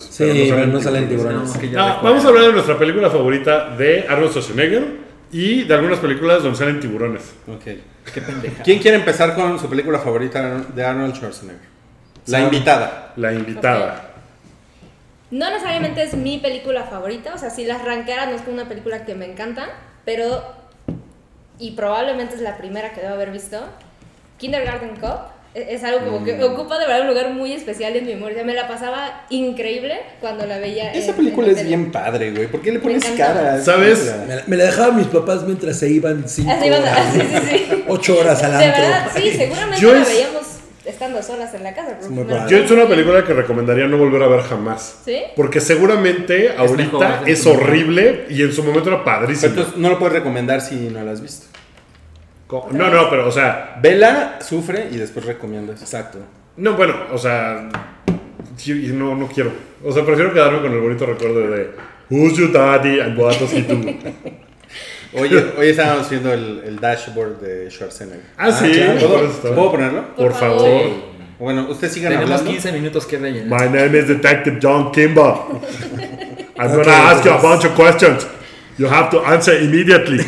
Sí, pero no salen tiburones. No, que ya Ah, recuerdo. vamos a hablar de nuestra película favorita de Arnold Schwarzenegger y de algunas películas donde salen tiburones. Ok. Qué pendeja. ¿Quién quiere empezar con su película favorita de Arnold Schwarzenegger? La Sam. invitada. La invitada. No necesariamente es mi película favorita, o sea, si las ranqueara no es como una película que me encanta, pero, y probablemente es la primera que debo haber visto, Kindergarten Cop e- es algo como que ocupa de verdad un lugar muy especial en mi memoria. Me la pasaba increíble cuando la Eh, veía. en- Esa en película la es tele. bien padre, güey. ¿Por qué le pones encanta. cara? a esa ¿Sabes? película? Me la, me la dejaban mis papás mientras se iban cinco Así iba- horas, Ah, sí, sí, sí. 8 horas al De verdad, antro. sí, seguramente Yo la es- veíamos estando solas en la casa. porque muy me la probable. Yo es una película que recomendaría no volver a ver jamás. ¿Sí? Porque seguramente ahorita mejor, es, es mejor. horrible y en su momento era Pero padrísimo. entonces no lo puedes recomendar si no la has visto. Co- no, no, pero o sea, Vela, sufre y después recomiendas. Exacto. no, bueno, o sea, sí, y no, no quiero. O sea, prefiero quedarme con el bonito recuerdo de Who's your daddy and what does he do? Hoy, hoy estábamos viendo el, el dashboard de Schwarzenegger. Ah, sí, claro. por ¿Puedo, eso está. ¿puedo ponerlo? Por Por favor. favor. Bueno, ustedes sigan Tenemos hablando. 15 minutos que rellenar. My name is Detective John Kimber. I'm Okay, gonna ask you a entonces- bunch of questions. You have to answer immediately.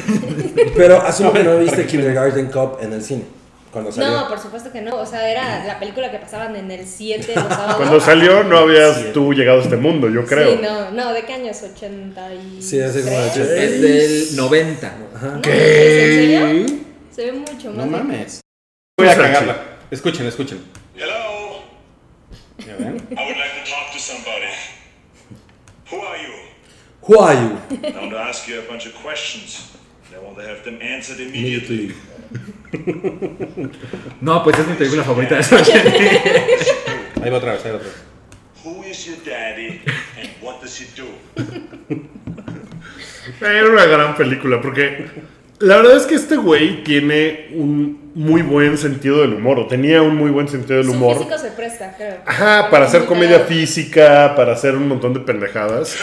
Pero asumo que no viste Kindergarten Cop en el cine. Cuando salió. No, por supuesto que no. O sea, era la película que pasaban en el 7 los sábados. Cuando salió no Sí. habías tú llegado a este mundo, yo creo. Sí, no, no, ¿de qué año es? 80 y... Sí, hace como ¿Tres? 80. Es del 90. No, ¿En serio? Se ve mucho No más. mames. Voy Voy a a cagarla. cagarla. Escuchen, escuchen. Hello, ¿Ya ven? I would like to talk to somebody. Who are you? Who are you? I want to ask you a bunch of questions. and I want to have them answered immediately. No, pues es mi película favorita de Schwarzenegger. Ahí va otra vez, ahí va otra vez. Who is your daddy and what does he do? Era una gran película porque la verdad es que este güey tiene un muy buen sentido del humor o tenía un muy buen sentido del Su humor. Ah, físico se presta, creo. Ajá, para hacer Muy comedia cagado. física, para hacer un montón de pendejadas.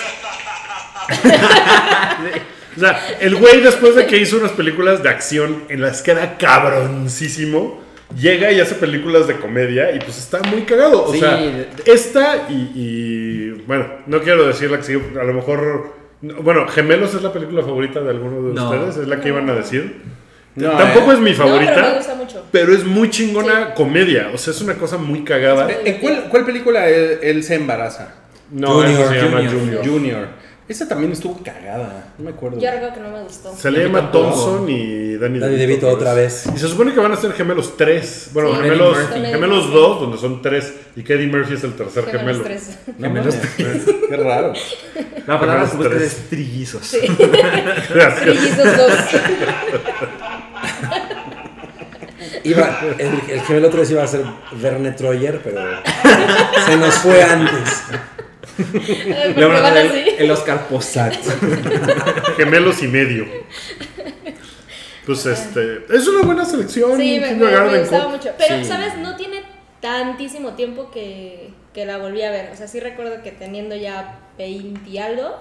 o sea, el güey después de que hizo unas películas de acción en las que era cabroncísimo, llega y hace películas de comedia y pues está muy cagado. O Sí, sea, de- de- esta y, y, bueno, no quiero decir la que sigue, a lo mejor... no, Bueno, Gemelos es la película favorita de alguno de No. ustedes, es la que iban a decir. No, Tampoco eh. es mi favorita, No, pero pero, me gusta mucho. es muy chingona comedia, o sea, es una cosa muy cagada. Eh, ¿En cuál, cuál película él, él se embaraza? No, Junior, esa se llama Junior. Junior. Junior. Esa también estuvo cagada. No me acuerdo. Yo creo que no me gustó. Se le Yo llama tampoco. Thompson y Danny, Danny DeVito otra vez. Y se supone que van a ser gemelos 3. Bueno, Sí. gemelos, Eddie Murphy. gemelos 2, donde son 3. Y que Eddie Murphy es el tercer Que me los gemelo. tres. No mames, Qué raro. La palabra Gemelos que buscas tres. es trillizos. Gracias. Y esos dos. Iba, el, el gemelo 3 iba a ser Verne Troyer, pero se nos fue antes. Eh, Le Porque van a van dar el, así. el Oscar Poza. gemelos y medio. Pues este. Es una buena selección. Sí, me, me- Kindergarten me gustaba Cop. mucho. Pero, Sí. ¿sabes? No tiene tantísimo tiempo que, que la volví a ver. O sea, sí recuerdo que teniendo ya 20 y algo,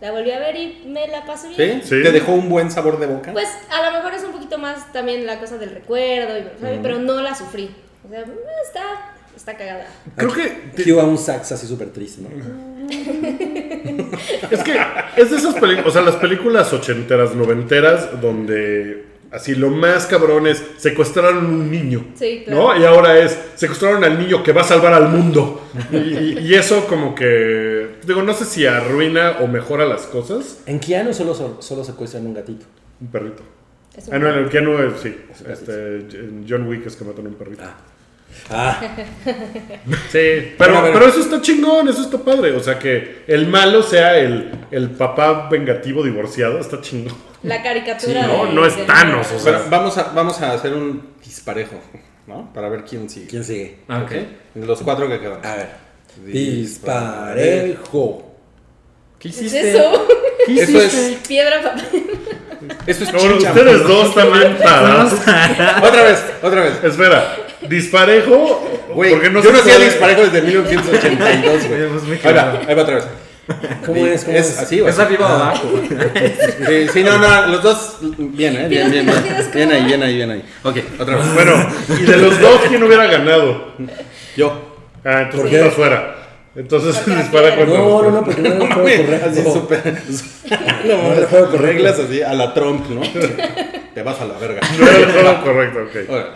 la volví a ver y me la pasé bien. ¿Sí? Sí. ¿Te dejó un buen sabor de boca? Pues a lo mejor es un poquito más también la cosa del recuerdo, y- ¿sabes? pero no la sufrí. O sea, mm, está, está cagada. Creo que. Que iba un sax así súper triste, ¿no? Es que es de esas películas, o sea, las películas ochenteras, noventeras, donde así lo más cabrón es secuestraron un niño. Sí, claro. ¿No? Y ahora es secuestraron al niño que va a salvar al mundo. Y, y- y eso como que, digo, no sé si arruina o mejora las cosas. En Keanu solo, solo secuestran un gatito. Un perrito. Es Ah, no, en un- el Keanu, eh, sí. Este, en John Wick es que matan a un perrito. Ah, Sí, pero, Bueno, a ver. pero eso está chingón, eso está padre. O sea, que el malo sea el, el papá vengativo divorciado, está chingón. La caricatura. Sí, no, de- no es del- Thanos, o sea. Bueno, vamos a, vamos a hacer un disparejo, ¿no? Para ver quién sigue. ¿quién Ah. sigue? Ok. De Los cuatro que quedan. A ver. Disparejo. ¿Qué ¿Qué es hiciste? eso? ¿Qué Eso hiciste? es, Piedra, papel. eso es No, bueno, chicha. ustedes dos también parados. Otra vez, otra vez. Espera, disparejo. Güey, porque no yo se no hacía puede- disparejo desde 1982, güey. Oye, pues, muy Ahí va, claro. ahí va otra vez. ¿Cómo es? ¿Cómo es? Es así, güey. ¿Es arriba o abajo? Sí, sí, no, no, los dos. Bien, eh, bien, bien. Bien, Tienes bien como- ahí, bien ahí, bien ahí. Ok, otra vez. Bueno, y de los dos, ¿quién hubiera ganado? yo. Ah, entonces ¿Por qué? estás fuera. Entonces Contra dispara piedra. contra No, los no, no, porque no era el juego Así correcto. súper. No, No, el mames, juego correcto. reglas así a la Trump, ¿no? Te vas a la verga. No era el juego correcto, ok. Ahora,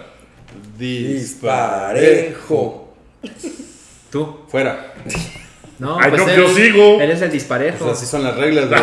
Disparejo. Tú. Fuera. No, pues Ay, no, él- yo sigo. Él es el disparejo. Pues así son las reglas, güey.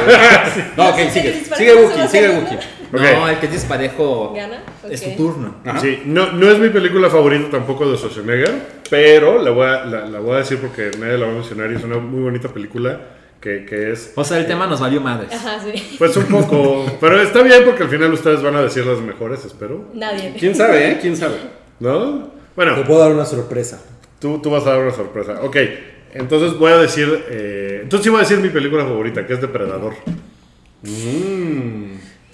No, ok, sigue. Disparando Sigue Wookie, solo sigue con Wookie. Ok. No, el que es disparejo ¿Gana? es Ok. tu turno. Ajá. Sí, no, no es mi película favorita tampoco de Schwarzenegger, pero la voy a, la, la voy a decir porque nadie la va a mencionar y es una muy bonita película que, que es... O sea, el tema nos valió madres. Ajá, sí. Pues un poco... pero está bien porque al final ustedes van a decir las mejores, espero. Nadie. ¿Quién sabe, eh? ¿Quién sabe? ¿No? Te Bueno, puedo dar una sorpresa. tú, tú vas a dar una sorpresa. Ok, entonces voy a decir... eh, entonces sí voy a decir mi película favorita, que es Depredador.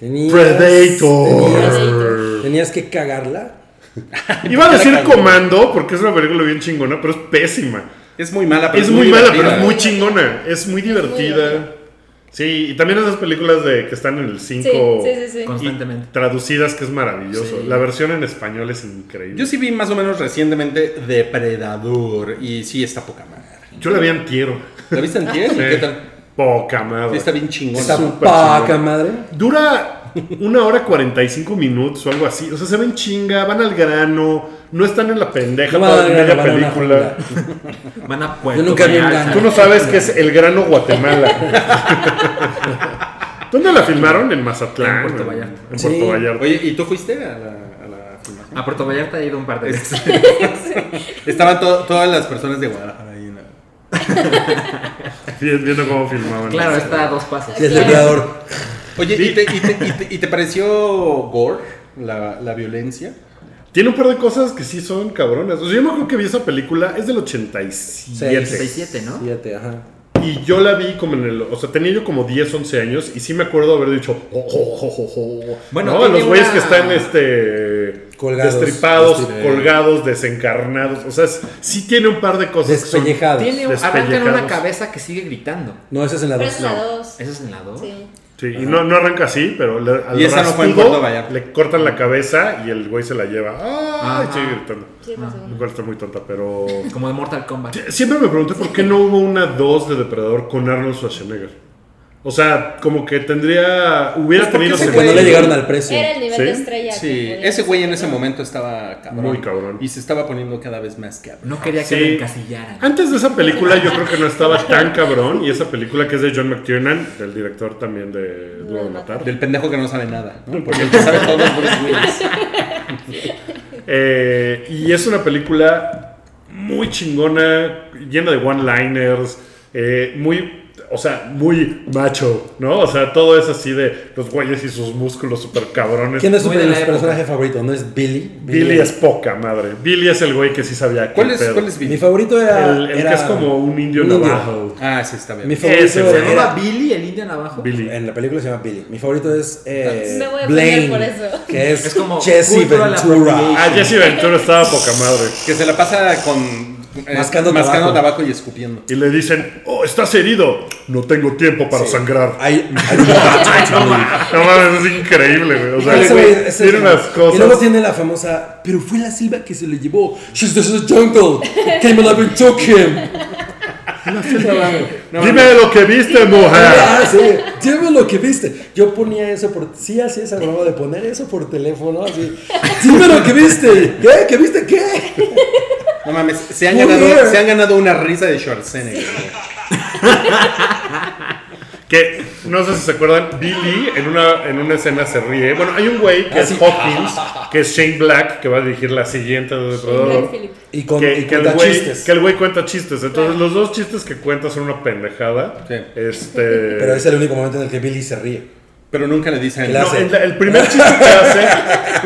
Tenías- Predator. Tenías, tenías que cagarla. Iba a decir cagó? Comando porque es una película bien chingona, pero es pésima. Es muy mala, pero Es muy mala, pero es divertida. muy chingona. Es muy divertida. divertida. Sí, y también esas películas de que están en el 5 Sí, sí, sí, sí. Con- Constantemente. traducidas, que es maravilloso. Sí. La versión en español es increíble. Yo sí vi más o menos recientemente Depredador y sí está poca madre. Yo la vi antiero. ¿La viste en ¿Y Sí. ¿Qué tal? Poca madre. Sí, está bien chingón. Esa súper paca chingón. madre. Dura una hora 45 minutos o algo así. O sea, se ven chinga, van al grano, no están en la pendeja No van toda al la grano, media van a una película. Van a Puerto Yo nunca vi un Vallarta. grano. Tú no sabes qué es el grano Guatemala. ¿Dónde la filmaron? En Mazatlán. En Puerto en- Vallarta. En Sí. Puerto Vallarta. Oye, ¿y tú fuiste a la, a Ah. la filmación? A Puerto Vallarta he ido un par de veces. Estaban to- todas las personas de Guadalajara ahí en la... Vi- Viendo cómo filmaban. Claro, está a dos pasos. Y el depredador. Oye, ¿y te, y te- y te- y te pareció gore la, la violencia? Tiene un par de cosas que sí son cabronas. O sea, yo me acuerdo que vi esa película, es del 87. Seis. 67, ¿no? Fíjate, ajá. Y yo la vi como en el. O sea, tenía yo como 10, 11 años. Y sí me acuerdo haber dicho. "Oh, oh, oh, oh, oh". Bueno, no, tiene los güeyes una- que están este. Colgados, Destripados, destripados. colgados, desencarnados. O sea, es- sí tiene un par de cosas. que son- Despellejados. Tiene un- Despellejados. arrancan una cabeza que sigue gritando. No, esa es en la Pero 2. es la dos. ¿Eso es en la 2? Sí. Sí, y no, no arranca así, pero le, al Y esa no fue en raspudo Puerto Vallarta. le cortan la cabeza y el güey se la lleva. ¡Ay! Ajá. Sigue gritando. Sí, por segundo. Lo cual está muy tonta, pero. Como de Mortal Kombat. Siempre me pregunté por qué no hubo una 2 de Depredador con Arnold Schwarzenegger. O sea, como que tendría. Pues, Hubiera tenido Porque sentido. cuando le llegaron al precio. Era el nivel ¿Sí? de estrella. Sí, que podía ese güey en ese ser. momento estaba cabrón. Muy cabrón. Y se estaba poniendo cada vez más cabrón. No quería que Sí. Ah, lo encasillaran. Antes de esa película, yo creo que no estaba tan cabrón. Y esa película que es de John McTiernan, del director también de Duro de Matar. Del pendejo que no sabe nada, ¿no? Porque el que sabe todo es Bruce Willis. Eh, y es una película muy chingona, llena de one-liners, eh, muy, o sea, muy macho, ¿no? O sea, todo es así de los güeyes y sus músculos super cabrones. ¿Quién es su Muy de la personaje época. favorito? ¿No es Billy? Billy es poca madre. Billy es el güey que sí sabía qué ¿Cuál es, pedo. ¿Cuál es Mi Billy? favorito era. El, el era- que es como un indio un indio. navajo. Ah, sí, está bien. Mi favorito Ese, ¿Se güey. era- llamaba Billy, el indio navajo? Billy. En la película se llama Billy. Mi favorito es. Eh, Me voy a Blaine, ofender por eso. Que es, Es como Jesse cultural appropriation. Ventura. Ah, Jesse Ventura estaba poca madre. Que se la pasa con. eh, Mascando mascando tabaco. tabaco y escupiendo. Y le dicen, oh, estás herido. No tengo tiempo para sangrar. Ay, ay, No mames, es increíble, güey. O sea, ese güey, güey es el- tiene unas cosas. Y luego tiene la famosa. Pero fue la silva que se lo llevó. She's the jungle. Came alive and took him. No, Dime lo que viste, mujer. Ah, sí. Dime lo que viste. Yo ponía eso por. Sí, así esa broma de poner eso por teléfono. Así. Dime lo que viste. ¿Qué? ¿Qué viste? ¿Qué? No mames, se han, Muy ganado, bien. se han ganado una risa de Schwarzenegger. güey. Que no sé si se acuerdan, Billy en una, en una escena se ríe. Bueno, hay un güey que Ah, es sí. Hawkins, que es Shane Black, que va a dirigir la siguiente de Depredador. Black Phillip. Y con. que, y que el cuenta güey, chistes. que el güey cuenta chistes. Entonces, Claro. los dos chistes que cuenta son una pendejada. Sí. Este. Pero es el único momento en el que Billy se ríe. Pero nunca le dicen. Claro. No, el, el primer chiste que hace,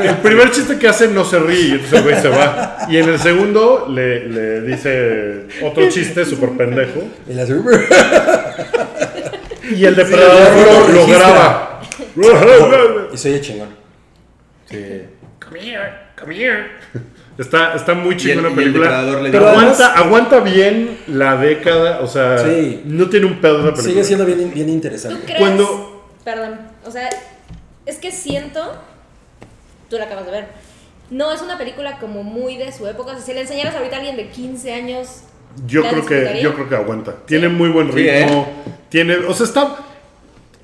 el primer chiste que hace no se ríe y entonces el güey se va. Y en el segundo le, le dice otro chiste súper pendejo. Y la hace- Y el depredador lo, Sí, lo lo registra. graba. Y se oye chingón. Sí. Come here, come here. Está, está Y muy el- chingona y la el película. depredador le pero dice- aguanta, aguanta bien la década. O sea, Sí. no tiene un pedo de película. Sigue siendo bien, bien ¿Tú interesante. crees? Cuando- Perdón. O sea, es que siento. Tú la acabas de ver. No es una película como muy de su época. O sea, si le enseñaras ahorita a alguien de 15 años Yo ¿La creo que disfrutaría? yo creo que aguanta. Tiene muy buen Sí, ritmo. ¿eh? Tiene, o sea, está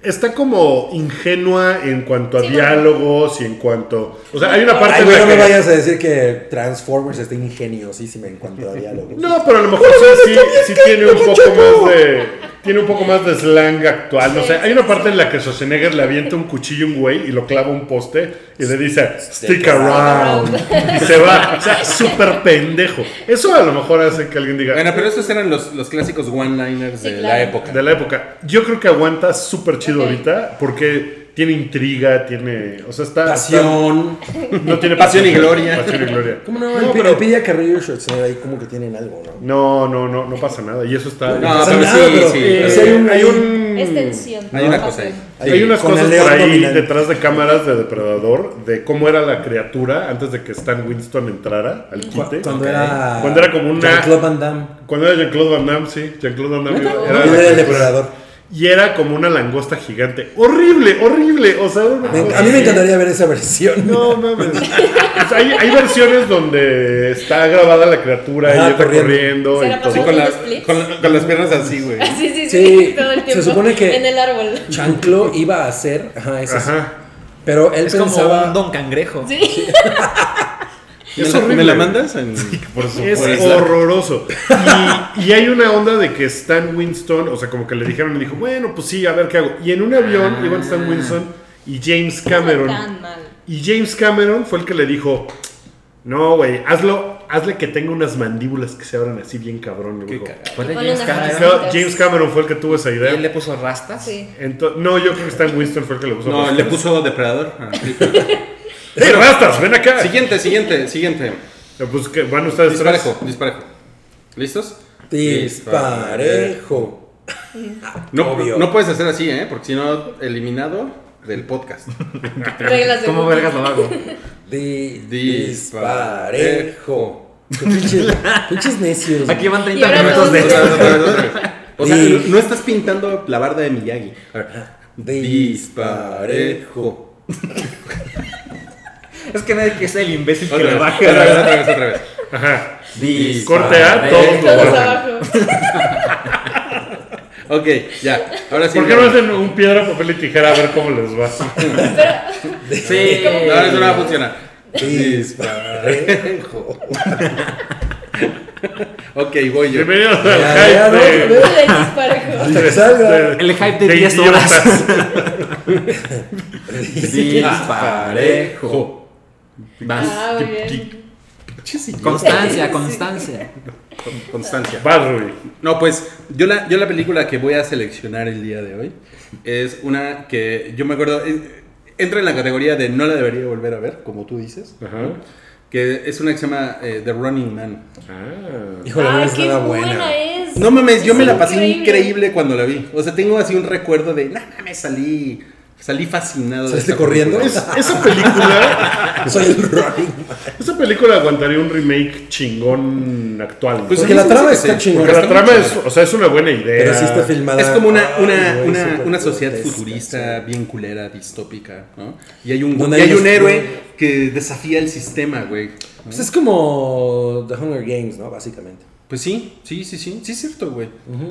está como ingenua en cuanto a Sí, no. diálogos y en cuanto, o sea, hay una parte Ay, en la güey, no me que- vayas a decir que Transformers está ingeniosísima en cuanto a diálogos. No, pero a lo mejor sí, sí tiene un poco más de. Tiene un poco más de slang actual. no Sí, sé, hay sí, una sí. parte en la que Schwarzenegger le avienta un cuchillo a un güey y lo clava a un poste y le dice, stick Stick around. around. Y se va. O sea, súper pendejo. Eso a lo mejor hace que alguien diga. Bueno, pero esos eran los, los clásicos one-liners Sí, de claro. la época. De la época. Yo creo que aguanta súper chido Ok. ahorita porque tiene intriga, tiene. O sea, está. Pasión. está- no tiene Pasión y gloria. Pasión y gloria. ¿Cómo no? El, pero- pero... Pilla Carrillo y Schwarzenegger ahí como que tienen algo, No, ¿no? no, no, no pasa nada. Y eso está. No, pasa pero nada, sí, pero- sí. eh, pero- sí hay un- hay un. Es tensión. Hay una cosa ahí. Hay, Ahí, unas con cosas el león por ahí dominante. detrás de cámaras de Depredador de cómo era la criatura antes de que Stan Winston entrara al Cu- quite. Cuando era. Cuando era como una- Jean-Claude Van Damme. Cuando era Jean-Claude Van Damme, sí. Jean-Claude Van Damme era, Yo la era el criatura. depredador. Y era como una langosta gigante. Horrible, horrible. O sea, una Me enc- cosa a mí me así. encantaría ver esa versión. No mames. O sea, hay, hay versiones donde está grabada la criatura Ajá, y está corriendo. corriendo. ¿Será y para todo. Sí, con, la- Splits. con la- con las piernas así, güey. Sí, sí, sí, Sí, todo el se tiempo. supone que- En el árbol. Chanclo iba a ser. Ajá, eso sí. Ajá. Pero él Es como pensaba. un don cangrejo. Sí. ¿Me Es la, horrible. me la mandas? En- Por supuesto. Es supuesto. horroroso. Y, y hay una onda de que Stan Winston, o sea, como que le dijeron y dijo, bueno, pues sí, a ver qué hago. Y en un Ah. avión iban Stan Winston y James No Cameron. tan mal. Y James Cameron fue el que le dijo, no, güey, hazlo, hazle que tenga unas mandíbulas que se abran así bien cabrón. le Qué dijo. cagado. Fue de Ponle James una Cameron. canción. No, James Cameron fue el que tuvo esa Y él le idea. puso rastas. Sí. Ento- no, yo creo que Stan Winston fue el que le puso. No, rastas. le puso depredador. Ah, sí. ¡Hey, rastas, ven acá! siguiente, siguiente, siguiente. Pues que van ustedes Disparejo, tres. pues. disparejo. ¿Listos? Disparejo. No, Obvio. no puedes hacer así, ¿eh? Porque si no, eliminado del podcast. Reglas de ¿Cómo Google. vergas lo hago? Di- Disparejo. disparejo. Pinches, pinches necios. Aquí van Y 30 ahora minutos de. Otra vez, otra vez, otra vez. O sea, Dis- no estás pintando la barda de Miyagi. A ver. Disparejo. Es que nadie que sea el imbécil que Otra le vez, baja. otra vez, otra vez, otra vez. Ajá. Dis- Corte A, todos lo Todos bajan. abajo. Ok, ya. Ahora sí. ¿Por qué no hacen un piedra, papel y tijera a ver cómo les va? Sí. No, eso no va a funcionar. Disparejo. Ok, voy yo. Bienvenidos al Ya, ya, no, hype de- no. Todo el disparejo. Hasta que salga. El hype de 10 idiotas. horas. Disparejo. Vas. Ah, muy bien. Constancia, constancia. Constancia. Vas, Rui. No, pues yo la, yo la película que voy a seleccionar el día de hoy es una que yo me acuerdo, es- entra en la categoría de no la debería volver a ver, como tú dices, Ajá. que es una que se llama eh, The Running Man. Ah. Híjole, no Ay, es qué nada buena, eh. buena. es. No mames, yo Es me la pasé increíble. increíble. cuando la vi. O sea, tengo así un recuerdo de, nada, me salí, salí fascinado. de ¿Saliste esta película". corriendo? Es- Esa película, Soy el Ronin. esa película aguantaría un remake chingón actual. ¿no? Pues Porque a mí la se me trama hace está que sí, chingona. porque la está muy trama es, chingona. o sea, es una buena idea. Pero sí está filmada. Es como una, una, Ay, güey, una- súper una sociedad grotesca, futurista, bien culera, distópica, ¿no? Y hay un, Donde y hay hay un unos- héroe que desafía el sistema, güey. sí. Pues es como The Hunger Games, ¿no? Básicamente. Pues sí, sí, sí, sí, sí es cierto, güey.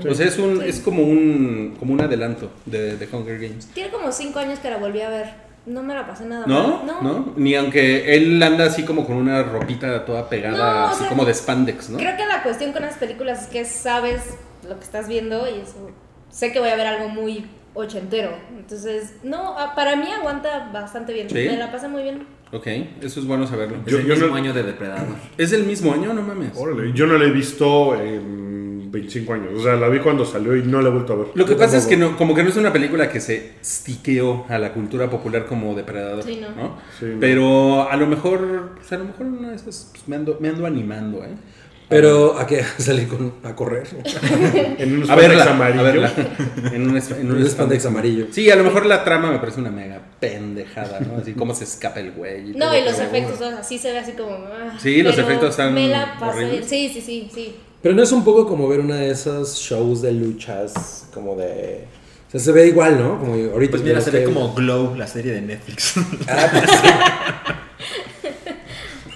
O sea, es, un, es como, un, como un adelanto de, de Hunger Games. Tiene como 5 años que la volví a ver. No me la pasé nada ¿No? mal. ¿No? Ni aunque él anda así como con una ropita toda pegada, No, o así sea, como de spandex, ¿no? Creo que la cuestión con las películas es que sabes lo que estás viendo y eso. Sé que voy a ver algo muy ochentero. Entonces, no, a- para mí aguanta bastante bien. ¿Sí? Me la pasé muy bien. Ok, eso es bueno saberlo. Es el yo no- mismo año de depredador. ¿Es del mismo año? No mames. Órale, yo no la he visto en 25 años. O sea, la vi cuando salió y no la he vuelto a ver. Lo que Yo pasa es tampoco. que no, como que no es una película que se stiqueó a la cultura popular como depredador. Sí, no. ¿no? Sí, no. Pero a lo mejor, pues, a lo mejor una de esas, pues, me, ando, me ando animando, ¿eh? Pero a qué salir con, a correr. En unos A verla, amarillos. a verla. En un, esp- en un Un spandex. spandex amarillo. Sí, a lo mejor la trama me parece una mega pendejada, ¿no? Así como se escapa el güey. No, todo, y los pero efectos, bueno. o sea, sí se ve así como. ah, Sí, los pero efectos están Me la pasé bien. horribles. Sí, sí, sí, sí. Pero no es un poco como ver una de esas shows de luchas, como de. O sea, se ve igual, ¿no? Como ahorita. Pues mira, de se ve que- como Glow, la serie de Netflix. Ah, pues sí.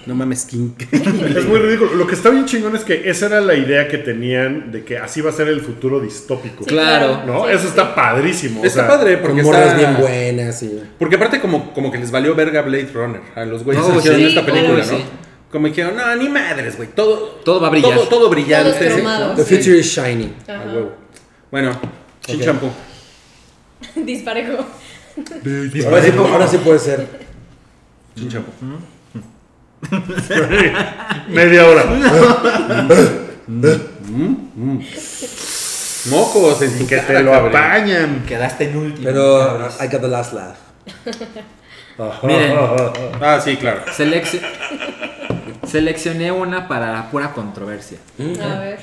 No mames, King. Es muy ridículo. Lo que está bien chingón es que esa era la idea que tenían de que así va a ser el futuro distópico. Sí, Claro. ¿No? Sí, Eso sí, está padrísimo. o está sea, padre Con porque morras está... bien buenas y. Porque aparte como, como que les valió verga Blade Runner a los güeyes No, que hicieron sí, esta película, claro, ¿no? sí. Como que dijeron, no, ni madres, güey. Todo, Todo va a brillar. Todo, todo brillante. Todos cromados. The future is shining. A Ajá. huevo. Bueno, Ok. chinchampú. Disparejo. Ahora sí, ahora sí puede ser. Chinchampú. media hora. Mocos en tu Que cara, te lo cabrón. apañan. Quedaste en último. Pero cabros. I got the last laugh. Miren, Ah, sí, claro. selec- seleccioné una para la pura controversia. A ver.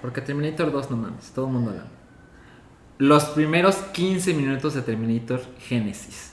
Porque Terminator 2, no mames, todo el mundo la ama. Los primeros 15 minutos de Terminator Genesis.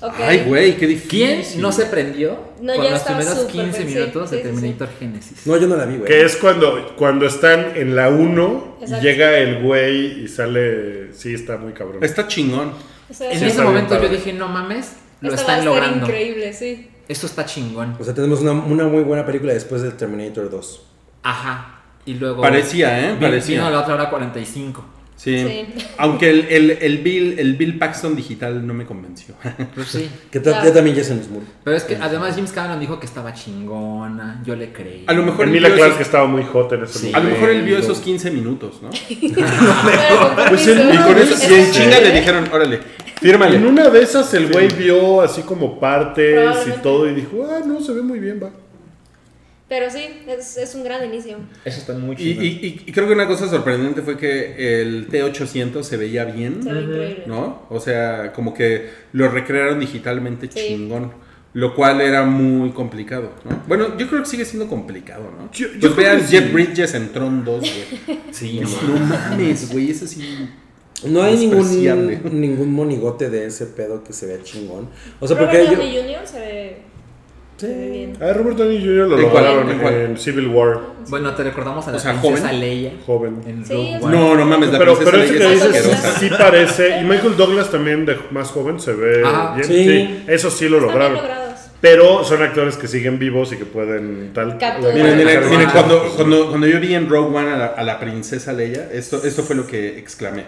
Ok. Ay, güey, qué difícil. ¿Quién no se prendió No, con ya los estaba primeros súper 15 pensé, minutos de sí, sí, sí. Terminator Genesis? No, yo no la vi, Que güey. es cuando, cuando están en la 1 y Exacto. llega el güey y sale. Sí, está muy cabrón. Está chingón. O sea, En esto ese está momento bien yo padre. dije, no mames, lo va a están estar logrando. increíble, sí. Esto está chingón. O sea, tenemos una, una muy buena película después de Terminator 2. Ajá. Y luego. Parecía, ¿eh? vi- Oh. Vino a Parecía. la otra hora 45. Sí. Sí. Aunque el, el, el, Bill, el Bill Paxton digital no me convenció. Pues sí. Que ta- Claro. ya también Jason es muy. Pero es que además James Cameron dijo que estaba chingona. Yo le creí. A lo mejor, él Emilia vio Clarke esos- estaba muy hot en ese Sí. a momento. lo mejor él vio esos 15 minutos, ¿no? Pues Y con eso, y en Sí. chinga Este, le dijeron, órale, En fírmale. una de esas el güey vio así como partes y Probablemente. todo y dijo, ah, no, se ve muy bien, va. Pero sí, es, es un gran inicio. Eso está muy Y, chingón. y- y- y creo que una cosa sorprendente fue que el T800 se veía bien, Se ve increíble. ¿no? O sea, como que lo recrearon digitalmente Sí. chingón, lo cual era muy complicado, ¿no? Bueno, yo creo que sigue siendo complicado, ¿no? Yo- yo pues creo vean que sí. Jeff Bridges en Tron 2, güey. Sí, no mames. No mames, güey, ese sí. No hay Despreciable. ningún, ningún monigote de ese pedo que se vea chingón. O sea, porque Robert yo. Downey Jr. se ve, se ve Sí. bien. Ah, Robert Downey Jr. lo ¿En cuál? lograron ¿En cuál? en Civil War, Bueno, te recordamos a la O sea, princesa joven. Leia joven. en Sí, Rogue es- One. No, no mames, la Pero, princesa pero ese Leia que es esa dices asquerosa. sí parece. Y Michael Douglas también, de más joven, se ve Ah, bien. sí. Sí. eso sí lo Están bien lograron. logrados. Pero son actores que siguen vivos y que pueden tal. Capturar. Miren, miren, Ah, miren, sí. cuando, cuando, cuando yo vi en Rogue One a la, a la princesa Leia, esto, esto fue lo que exclamé.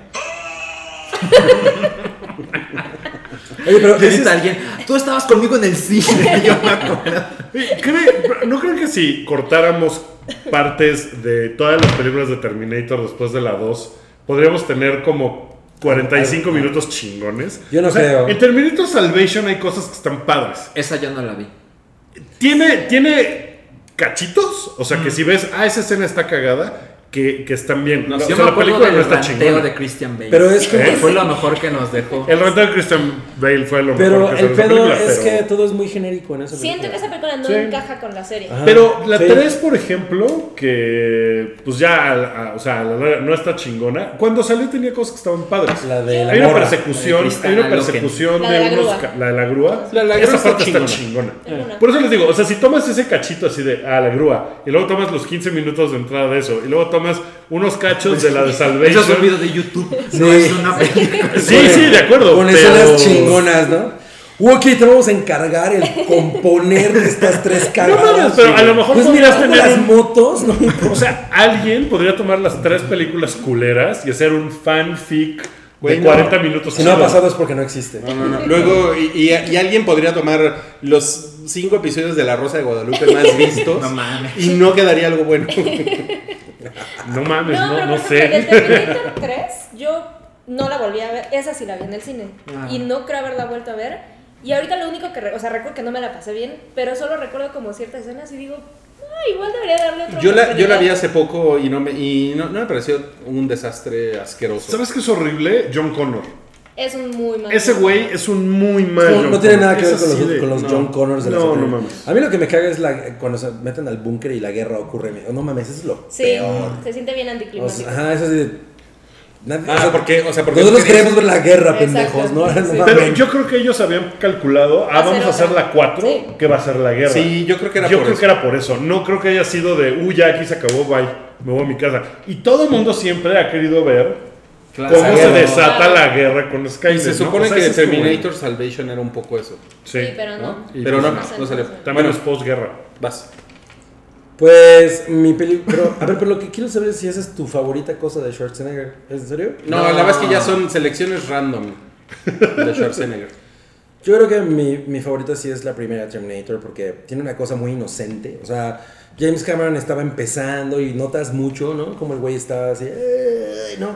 Oye, pero. Grita ese es- alguien, tú estabas conmigo en el cine. Yo me acuerdo. Eh, ¿Cree- ¿No creen que si cortáramos partes de todas las películas de Terminator después de la 2, podríamos tener como 45 minutos chingones? Yo no creo. En Terminator Salvation hay cosas que están padres. Esa yo no la vi. Tiene, tiene cachitos, o sea Mm. que si ves, ah, esa escena está cagada, que, que están bien. No, o sí, Yo sea, me la acuerdo película del no está planteo chingona. de Christian Bale. Pero es que- Que Fue lo mejor que nos dejó. El rentado de Christian Bale fue lo mejor Pero que salió de esa el pedo película, es pero- que todo es muy genérico en esa película. Siento que esa película no Sí. encaja con la serie. Ajá. Pero la Sí. 3, por ejemplo, que pues ya, a- a- o sea, a la larga no está chingona. Cuando salió tenía cosas que estaban padres. La de la hay una morra. persecución, La de hay una Cristana persecución Loken. de, La de la unos, grúa. ca- la de la grúa. La de la grúa Esa está parte está chingona. chingona. Alguna. Por eso les digo, o sea, si tomas ese cachito así de a la grúa y luego tomas los 15 minutos de entrada de eso y luego tomas unos cachos de la de Eso es un Salvation. video de YouTube. Sí. No es una película. Sí, sí, de acuerdo. Con pero- escenas chingonas, ¿no? Uh, ok, te vamos a encargar el componer de estas tres No cagadas. mames, pero a lo mejor Pues podrías mira, tener las un- motos, ¿no? O sea, alguien podría tomar las tres películas culeras y hacer un fanfic Güey, de no. 40 minutos. Si no ha chido. pasado es porque no existe. No, no, no. Luego, y, y- y alguien podría tomar los cinco episodios de La Rosa de Guadalupe más vistos No mames. y no quedaría algo bueno. No mames, no, pues no, pero no por ejemplo, sé. de Terminator 3, yo no la volví a ver. Esa sí la vi en el cine. Ah. Y no creo haberla vuelto a ver. Y ahorita lo único que. re- o sea, recuerdo que no me la pasé bien, pero solo recuerdo como ciertas escenas y digo, ah, igual debería darle otro Yo la, yo la vi oportunidad". hace poco y no me, y no, no me pareció un desastre asqueroso. ¿Sabes qué es horrible? John Connor. Es un muy mal. Ese güey es un muy mal. No, John no tiene Connor. nada que ver Es con los, así de- con los no. John Connors de la No, serie. no mames. A mí lo que me caga es la, cuando se meten al búnker y la guerra ocurre. Me- No mames, eso es lo Sí, peor. se siente bien O anticlimático. sea, ajá, eso sí. Nadie, Ah, porque, o sea, porque nosotros tú querías- queremos ver la guerra, Exacto. pendejos, ¿no? No Sí. mames. Pero yo creo que ellos habían calculado, ah, Hacer vamos a hacer otra. la 4, Sí. que va a ser la guerra. Sí, yo creo que era Yo por creo eso. que era por eso. No creo que haya sido de, uy, ya aquí se acabó, bye, me voy a mi casa. Y todo el mundo siempre ha querido ver Claro. ¿Cómo se guerra. desata la guerra con Skynet? Y se ¿no? supone O sea, que ese es como el- Terminator Salvation era un poco eso. Sí, Sí, pero no. Y Pero no, pues no salió. También Bueno, es posguerra. vas. Pues mi película. Pero, a ver, pero lo que quiero saber es si esa es tu favorita cosa de Schwarzenegger. ¿Es en serio? No, No. la verdad es que ya son selecciones random de Schwarzenegger. Yo creo que mi, mi favorita sí es la primera Terminator porque tiene una cosa muy inocente. O sea, James Cameron estaba empezando y notas mucho, ¿no? Como el güey estaba así. "Ay, no.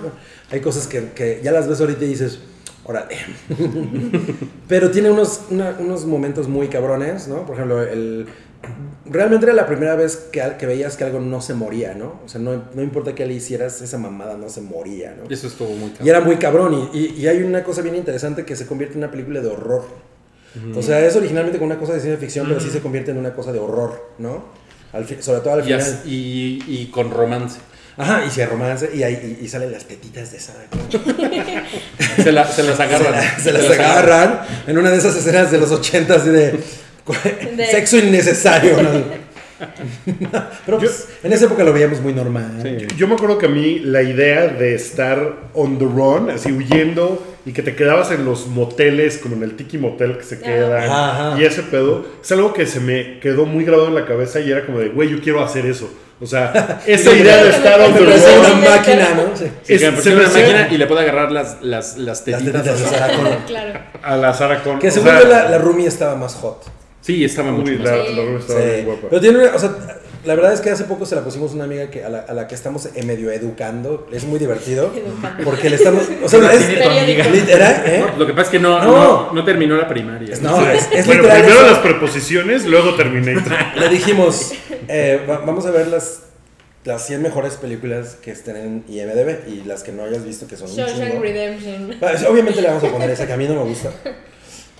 Hay cosas que, que ya las ves ahorita y dices, órale. Pero tiene unos, una- unos momentos muy cabrones, ¿no? Por ejemplo, el, realmente era la primera vez que, al- que veías que algo no se moría, ¿no? O sea, no, no importa qué le hicieras, esa mamada no se moría, ¿no? Y eso estuvo muy Y cabrón. era muy cabrón. Y, y- y hay una cosa bien interesante que se convierte en una película de horror. O sea, es originalmente como una cosa de ciencia ficción, pero sí se convierte en una cosa de horror, ¿no? Al fi- sobre todo al Y, final. as- y- y con romance. Ajá, y se romance y, ahí- y- y salen las tetitas de esa. Se, la- se las Se, agarran. la- se las agarran en una de esas escenas de los ochentas de, De- sexo innecesario. ¿no? pero pues, en esa época lo veíamos muy normal. Yo me acuerdo que a mí la idea de estar on the run, así huyendo y que te quedabas en los moteles, como en el Tiki Motel que se quedan Ajá, ajá. y ese pedo, es algo que se me quedó muy grabado en la cabeza y era como de, güey, yo quiero hacer eso. O sea, esa idea de estar on the Pero es una run. máquina, ¿no? Sí. Se es- quedan porque tiene se me una hacía- máquina y le puede agarrar las, las, las Las tetitas. tetitas de Sarah Connor. Claro. A la Sarah Connor. Que o según sea, yo la, la roomie estaba más hot. Sí, estaba mucho uy, más. la- la Sí. Rubio estaba Sí, bien guapa. Pero tiene una, o sea, la verdad es que hace poco se la pusimos a una amiga que a la, a la que estamos eh, medio educando. Es muy divertido. Educando. Porque le estamos. O sea, es, Tiene tu amiga. literal, ¿eh? Lo que pasa es que no, No. no. no terminó la primaria. No, es, es bueno, literal. primero eso. las preposiciones, luego Terminator. Le dijimos, eh, va- vamos a ver las, las 100 mejores películas que estén en IMDb y las que no hayas visto que son un Shawshank chingo. Redemption. Pues, Obviamente le vamos a poner esa que a mí no me gusta.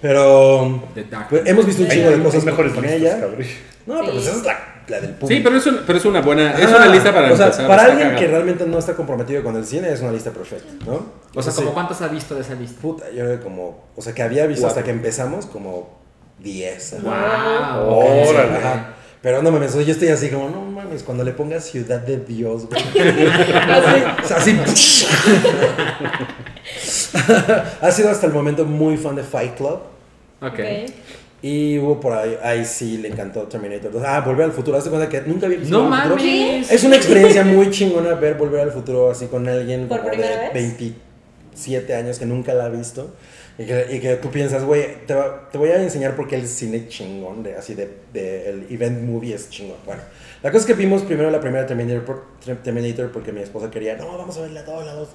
Pero The Dark. pues, hemos visto un chingo de Hay cosas mejores con listas, ella. cabrón. No, pero pues Sí. esa es la, la del público. Sí, pero es, un- pero es una buena. es Ah, una lista para o sea, empezar, para está alguien que cagada. realmente no está comprometido con el cine es una lista perfecta, ¿no? O sea, Sí. ¿como cuántas ha visto de esa lista? Puta, yo creo que como... O sea, que había visto hasta que empezamos como 10. ¿no? Wow. Sí, Órale. ajá. Pero no mames, yo estoy así como, no mames, cuando le pongas Ciudad de Dios, güey. O sea, así... ha sido hasta el momento muy fan de Fight Club. Ok. Ok. Y hubo por ahí, ahí sí le encantó Terminator 2. Ah, Volver al Futuro, hazte cuenta que nunca había visto No Volver al Futuro. mames. Es una experiencia muy chingona ver Volver al Futuro así con alguien ¿Por como primera de vez? 27 años que nunca la ha visto. Y que, y que tú piensas, güey, te, va- te voy a enseñar por qué el cine chingón, de, así de, de- el event movie es chingón. Bueno, la cosa es que vimos primero la primera Terminator, por- Terminator porque mi esposa quería, no, vamos a ver la 2, la 2.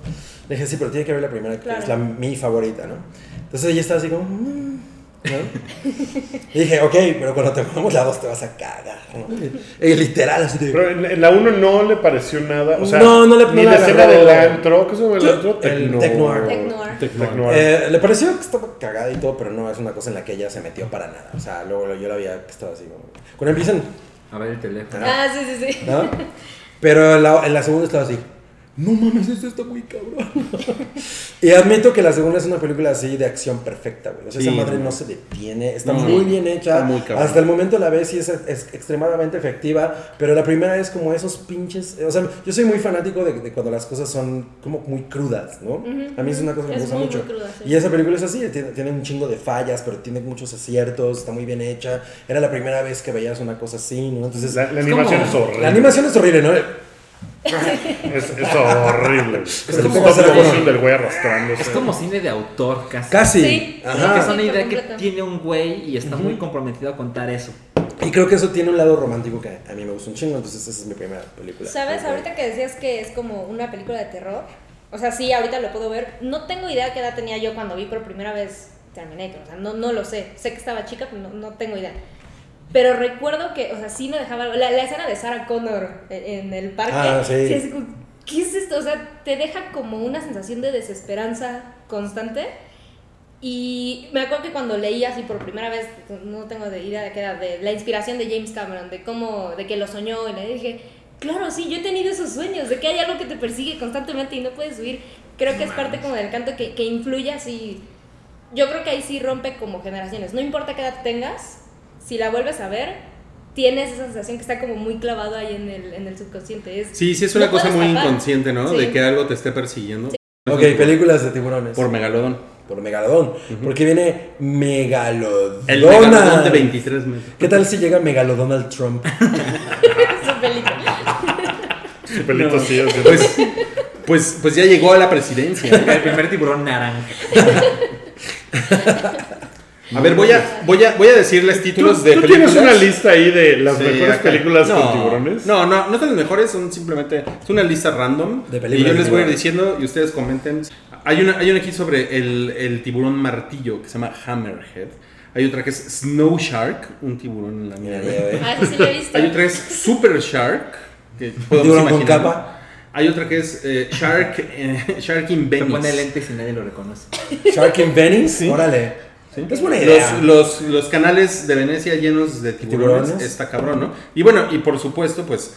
Le dije, sí, pero tiene que ver la primera, que Claro. es la, mi favorita, ¿no? Entonces ella estaba así como, "Mm", ¿no? Y dije, ok, pero cuando te pongamos la 2 te vas a cagar, ¿no? Y literal, así de... Pero en, en la 1 no le pareció nada. O sea, No, no le- no Ni le la escena agarró. del antro. ¿Qué se llama el Yo- antro? el Tecnoir. Tecnoir. Tecnoir. Eh, le pareció que estaba cagada y todo, pero no es una cosa en la que ella se metió para nada. O sea, luego yo la veía que estaba así. como- Cuando empiezan, A ver el teléfono. Ah, sí, sí, sí. ¿no? Pero en la, en la segunda estaba así. No mames, esto está muy cabrón. y admito que la segunda es una película así de acción perfecta, güey. O sea, Sí, esa madre no. no se detiene, está No, muy sí. bien hecha. Está muy cabrón. Hasta el momento la ves y es, es extremadamente efectiva. Pero la primera es como esos pinches. O sea, yo soy muy fanático de, de cuando las cosas son como muy crudas, ¿no? A mí es una cosa que me Es gusta muy, mucho. muy cruda, sí. Y esa película es así, tiene, tiene un chingo de fallas, pero tiene muchos aciertos, está muy bien hecha. Era la primera vez que veías una cosa así, ¿no? Entonces, La, la Es animación como- es horrible. la animación es horrible, ¿no? es, es horrible. Es Pero como ¿cómo stop será motion bueno? del güey arrastrándose. Es como cine de autor casi. Casi. Sí. Creo que es Ajá. una idea que Completo. tiene un güey y está muy comprometido a contar eso. Y creo que eso tiene un lado romántico que a mí me gusta un chingo, entonces esa es mi primera película. ¿Sabes? Ahorita que decías que es como una película de terror, o sea, sí, ahorita lo puedo ver. No tengo idea qué edad tenía yo cuando vi por primera vez Terminator, o sea, no, no lo sé. Sé que estaba chica, pero no, no tengo idea. Pero recuerdo que, o sea, sí me dejaba. La, la escena de Sarah Connor en, en el parque. Ah, sí. es como, ¿Qué es esto? O sea, te deja como una sensación de desesperanza constante. Y me acuerdo que cuando leí así por primera vez, no tengo de idea de qué edad, de la inspiración de James Cameron, de cómo, de que lo soñó, y le dije, claro, sí, yo he tenido esos sueños, de que hay algo que te persigue constantemente y no puedes huir. Creo que es parte como del canto que, que influye así. Yo creo que ahí sí rompe como generaciones. No importa qué edad tengas, si la vuelves a ver, tienes esa sensación que está como muy clavado ahí en el, en el subconsciente. Es, Sí, sí, es una no cosa puedes muy tapar. inconsciente, ¿no? Sí. De que algo te esté persiguiendo. Ok, películas de tiburones. Por Megalodón. Por Megalodón. Porque viene Megalodona. El Megalodón de 23 metros. ¿Qué tal si llega Megalodonald Trump? Su película. Su pelito así, así. Pues, pues, pues ya llegó a la presidencia. El primer tiburón naranja. A ver, voy a, voy a, voy a decirles ¿Tú, títulos de tú películas. tienes una lista ahí de las Sí, mejores acá. películas no, con tiburones? No, no, no son las mejores, son simplemente. Es una lista random. De películas y yo de les voy a ir tiburones. diciendo y ustedes comenten. Hay una, hay una aquí sobre el, el tiburón martillo que se llama Hammerhead. Hay otra que es Snow Shark, un tiburón en la Mira, nieve. mira, ve. Ah, esa sí la he visto. Hay otra que es Super Shark. Que podemos Tiburón con imaginar. capa. Hay otra que es eh, Shark, eh, Shark in Se Venice. pone lentes y nadie lo reconoce. Shark in Venice. Órale. Sí. Es buena idea. Los, los, los canales de Venecia llenos de tiburones, Tiburones. está cabrón, ¿no? Y bueno, y por supuesto, pues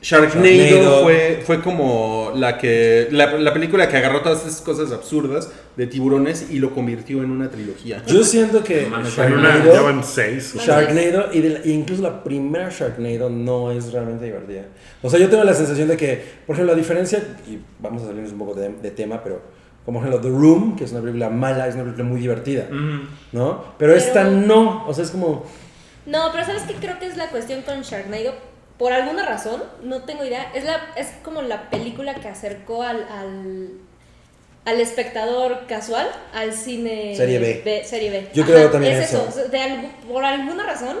Sharknado, Sharknado. Fue, fue como la que la, la película que agarró todas esas cosas absurdas de tiburones y lo convirtió en una trilogía. Yo siento que Mames, En una ya Sharknado, van seis. Sharknado y, de la- y incluso la primera Sharknado no es realmente divertida. O sea, yo tengo la sensación de que, por ejemplo, la diferencia, y vamos a salirnos un poco de, de tema, pero como por ejemplo The Room, que es una película mala, es una película muy divertida, ¿no? Pero, esta no, o sea, es como... No, pero ¿sabes qué? Creo que es la cuestión con Sharknado. Por alguna razón, no tengo idea. Es, la, es como la película que acercó al, al, al espectador casual al cine. Serie B. serie B. Yo creo también es eso. eso. O sea, de algu- por alguna razón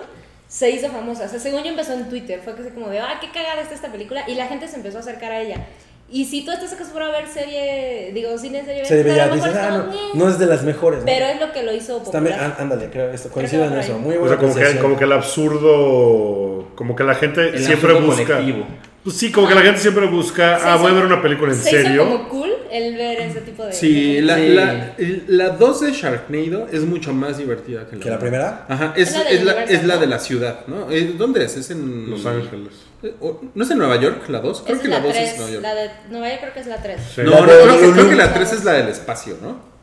se hizo famosa. O sea, según yo empezó en Twitter. Fue que se como de, ah, qué cagada está esta película. Y la gente se empezó a acercar a ella. Y si tú estás acostumbrado a ver serie, digo, cine serie B, Se pues, ve a ya, lo mejor dices, es ah, como, no, "Nye". no es de las mejores. ¿no? Pero es lo que lo hizo Está me- ah, popular. á- ándale, creo, esto- Creo que coincido va en por eso. ahí. Muy O buena sea, como que, apreciación. como que el absurdo. Como que la gente El siempre absurdo busca. colectivo. Pues sí, como que la gente siempre busca. Se ah, voy a hizo- ver una película en se serio. hizo como cool el ver ese tipo de. Sí, la, Sí. La, la 2 de Sharknado es mucho más divertida que la, ¿Que la primera? Ajá, es, Es la del es la, universo, es la ¿no? de la ciudad, ¿no? Eh, ¿Dónde es? Es en Los Ángeles. Eh, o- ¿No es en Nueva York la 2? Creo Esa que es la la 2 es 3. Nueva York. la de Nueva York creo que es la 3. Sí. No, La no, de creo, que, creo Lulú. que la 3 es la del espacio, ¿no?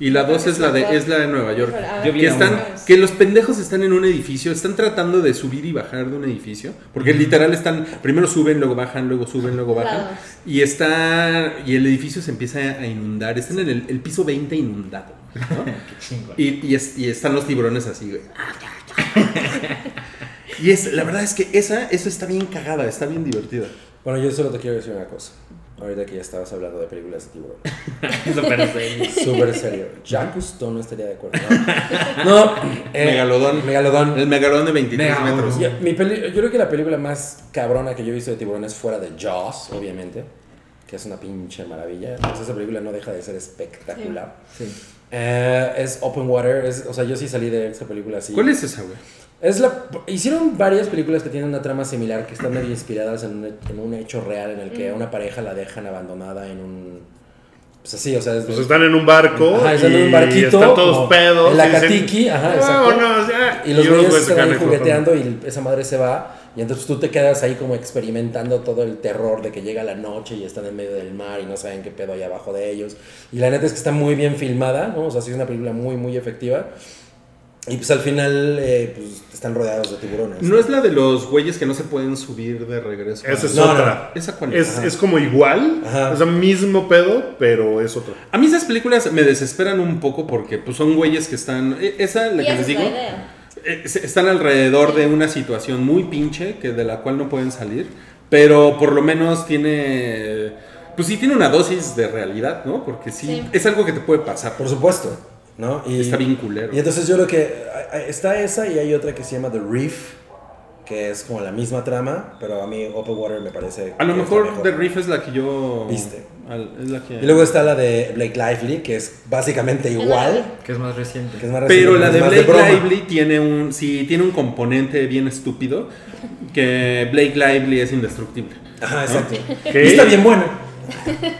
Y la 2 es la de es la de Nueva York. Híjole, a ver. Que Yo vi la están uno. que los pendejos están en un edificio, están tratando de subir y bajar de un edificio, porque literal están primero suben, luego bajan, luego suben, luego bajan Claro. y está y el edificio se empieza a inundar, están en el, el piso 20 inundado. ¿no? y, y es- y están los tiburones así, güey. Y es, la verdad es que esa, eso está bien cagada, está bien divertida. Bueno, yo solo te quiero decir una cosa. Ahorita que ya estabas hablando de películas de tiburón. Súper serio. Súper serio. Jacques Cousteau no estaría de acuerdo. No. No, eh, Megalodón. Megalodón. El megalodón de 23 Megalodón. metros. Ya, mi peli- yo creo que la película más cabrona que yo he visto de tiburones fuera de Jaws, obviamente. Que es una pinche maravilla. Entonces, esa película no deja de ser espectacular. Sí. Eh, es Open Water. es- o sea, yo sí salí de esa película así. ¿Cuál es esa, güey? Es la, hicieron varias películas que tienen una trama similar, que están medio inspiradas en un, en un hecho real en el que Mm. a una pareja la dejan abandonada en un... Pues así, o sea... es- Pues están en un barco. Ajá, y están en un barquito, Están todos como pedos. en la y dicen, Catiki, ajá, exacto. "Vámonos, ya". y los unos niños güeyes se están ahí quedan flotando. jugueteando y esa madre se va. Y entonces tú te quedas ahí como experimentando todo el terror de que llega la noche y están en medio del mar y no saben qué pedo hay abajo de ellos. Y la neta es que está muy bien filmada, ¿no? O sea, sí es una película muy, muy efectiva. Y pues al final, eh, pues están rodeados de tiburones. No es la de los güeyes que no se pueden subir de regreso. Esa es No, no. otra. ¿Esa cuál es? Es, es como igual, Ajá. o sea, mismo pedo, pero es otra. A mí esas películas me desesperan un poco porque pues, son güeyes que están... e- Esa, la Y que esa les es la digo, idea. eh, se- están alrededor de una situación muy pinche que de la cual no pueden salir, pero por lo menos tiene... Pues sí tiene una dosis de realidad, ¿no? Porque sí, Sí. es algo que te puede pasar. Por supuesto, ¿no? Y, Está bien culero. Y entonces yo lo que... a- a- Está esa y hay otra que se llama The Reef, que es como la misma trama, pero a mí Open Water me parece... A lo que es la mejor The Reef es la que yo... Viste. al- es la que... Y luego está la de Blake Lively, que es básicamente igual. Que es más reciente. que es más Pero reciente, la es de más Blake broma. Lively tiene un, sí, tiene un componente bien estúpido que Blake Lively es indestructible. Ajá, exacto. ¿Qué? Y está bien buena.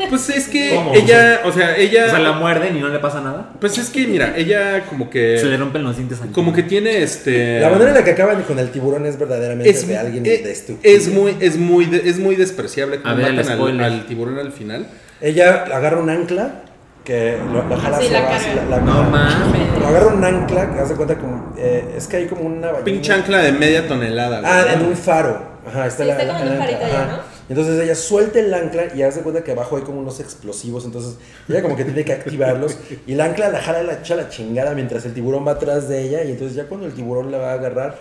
Pues es que ¿Cómo? ella, o sea, ella, O sea, la muerden y no le pasa nada. pues es que mira, ella como Se le que, rompen los dientes al Eh, como que tiene este, La manera en la que acaban con el tiburón es verdaderamente de alguien es, eh, destructible. es muy, es muy, de- es muy despreciable A como ver, el matan al, spoiler. al tiburón al final. Ella agarra un ancla que lo, lo jala Así hacia la abajo, carga. la- la- No la- mames. Agarra un ancla, que hace cuenta como. eh, es que hay como una ballena. Pinche ancla de media tonelada. Ah, güey. en un faro. Ajá, está Sí, la- está como en la un ancla, farito allá, ajá. ¿no? Entonces ella suelta el ancla y hace cuenta que abajo hay como unos explosivos. Entonces ella como que tiene que activarlos. Y el ancla la jala la echa a la chingada mientras el tiburón va atrás de ella. Y entonces ya cuando el tiburón la va a agarrar,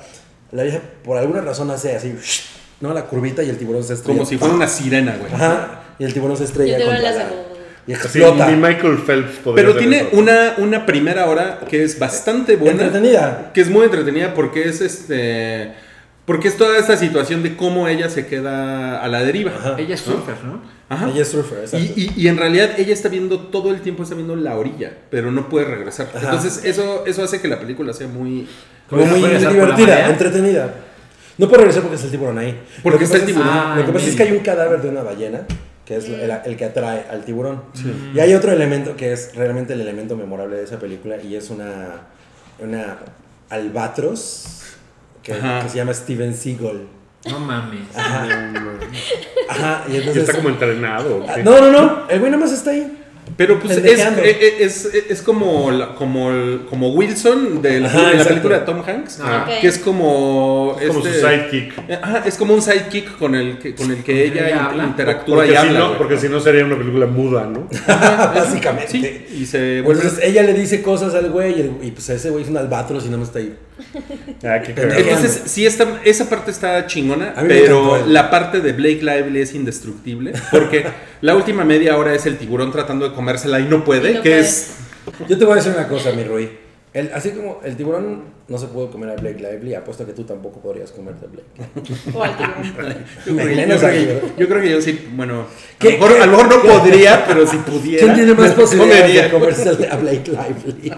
la vieja por alguna razón hace así, ¿no? La curvita y el tiburón se estrella. Como si fuera una sirena, güey. Ajá. Y el tiburón se Yo estrella. te lo contra las la- Y Sí, explota. ni Michael Phelps podría Pero hacer tiene eso. una, una primera hora que es bastante buena. Entretenida. Que es muy entretenida porque es este. Porque es toda esta situación de cómo ella se queda a la deriva. Ajá. Ella es surfer, ¿no? Ajá. Ella es surfer, exacto. Y, y- y en realidad ella está viendo todo el tiempo, está viendo la orilla, pero no puede regresar. Ajá. Entonces eso, eso hace que la película sea muy... Como ¿Puede muy regresar por la divertida, marea? entretenida. No puedo regresar porque está el tiburón ahí. Porque Lo que está el pasa es- tiburón. Ah, lo que pasa en es que hay un cadáver de una ballena, que es el, el que atrae al tiburón. Y hay otro elemento que es realmente el elemento memorable de esa película y es una, una albatros que, Ajá. que se llama Steven Seagal. No mames. Ajá, y Y entonces... está como entrenado. ¿o Ah, qué? No, no, no, el güey nomás está ahí. Pero pues es, Pendejeando. eh, eh, es, eh, es como, la- como, el- como Wilson de la, Ajá, de la exacto. película de Tom Hanks, Ah. Ok. que es como... Es como este- su sidekick. Ajá, es como un sidekick con el que, con el que ella ella in- habla. interactúa y Porque, si habla. no, güey. porque si no sería una película muda, ¿no? Ajá, es- Básicamente. sí, y se vuelve... Entonces ella le dice cosas al güey y, el- y, pues ese güey es un albatros y nomás está ahí. Ah, qué cagado. Entonces, sí, esta, esa parte está chingona, A mí me pero encantó. la parte de Blake Lively es indestructible, porque la última media hora es el tiburón tratando de comérsela y no puede, Y no que puede. es... Yo te voy a decir una cosa, mi Rui. El- así como el tiburón no se pudo comer a Blake Lively, apuesto que tú tampoco podrías comerte a Blake. O al tiburón. Yo creo, que, yo, Menos creo ahí, que- ¿verdad? yo creo que yo sí, bueno, a ¿Qué- lo, mejor, qué? a lo mejor no podría, pero si pudiera... ¿Quién tiene más me lo posibilidades de comería. comerse a Blake Lively?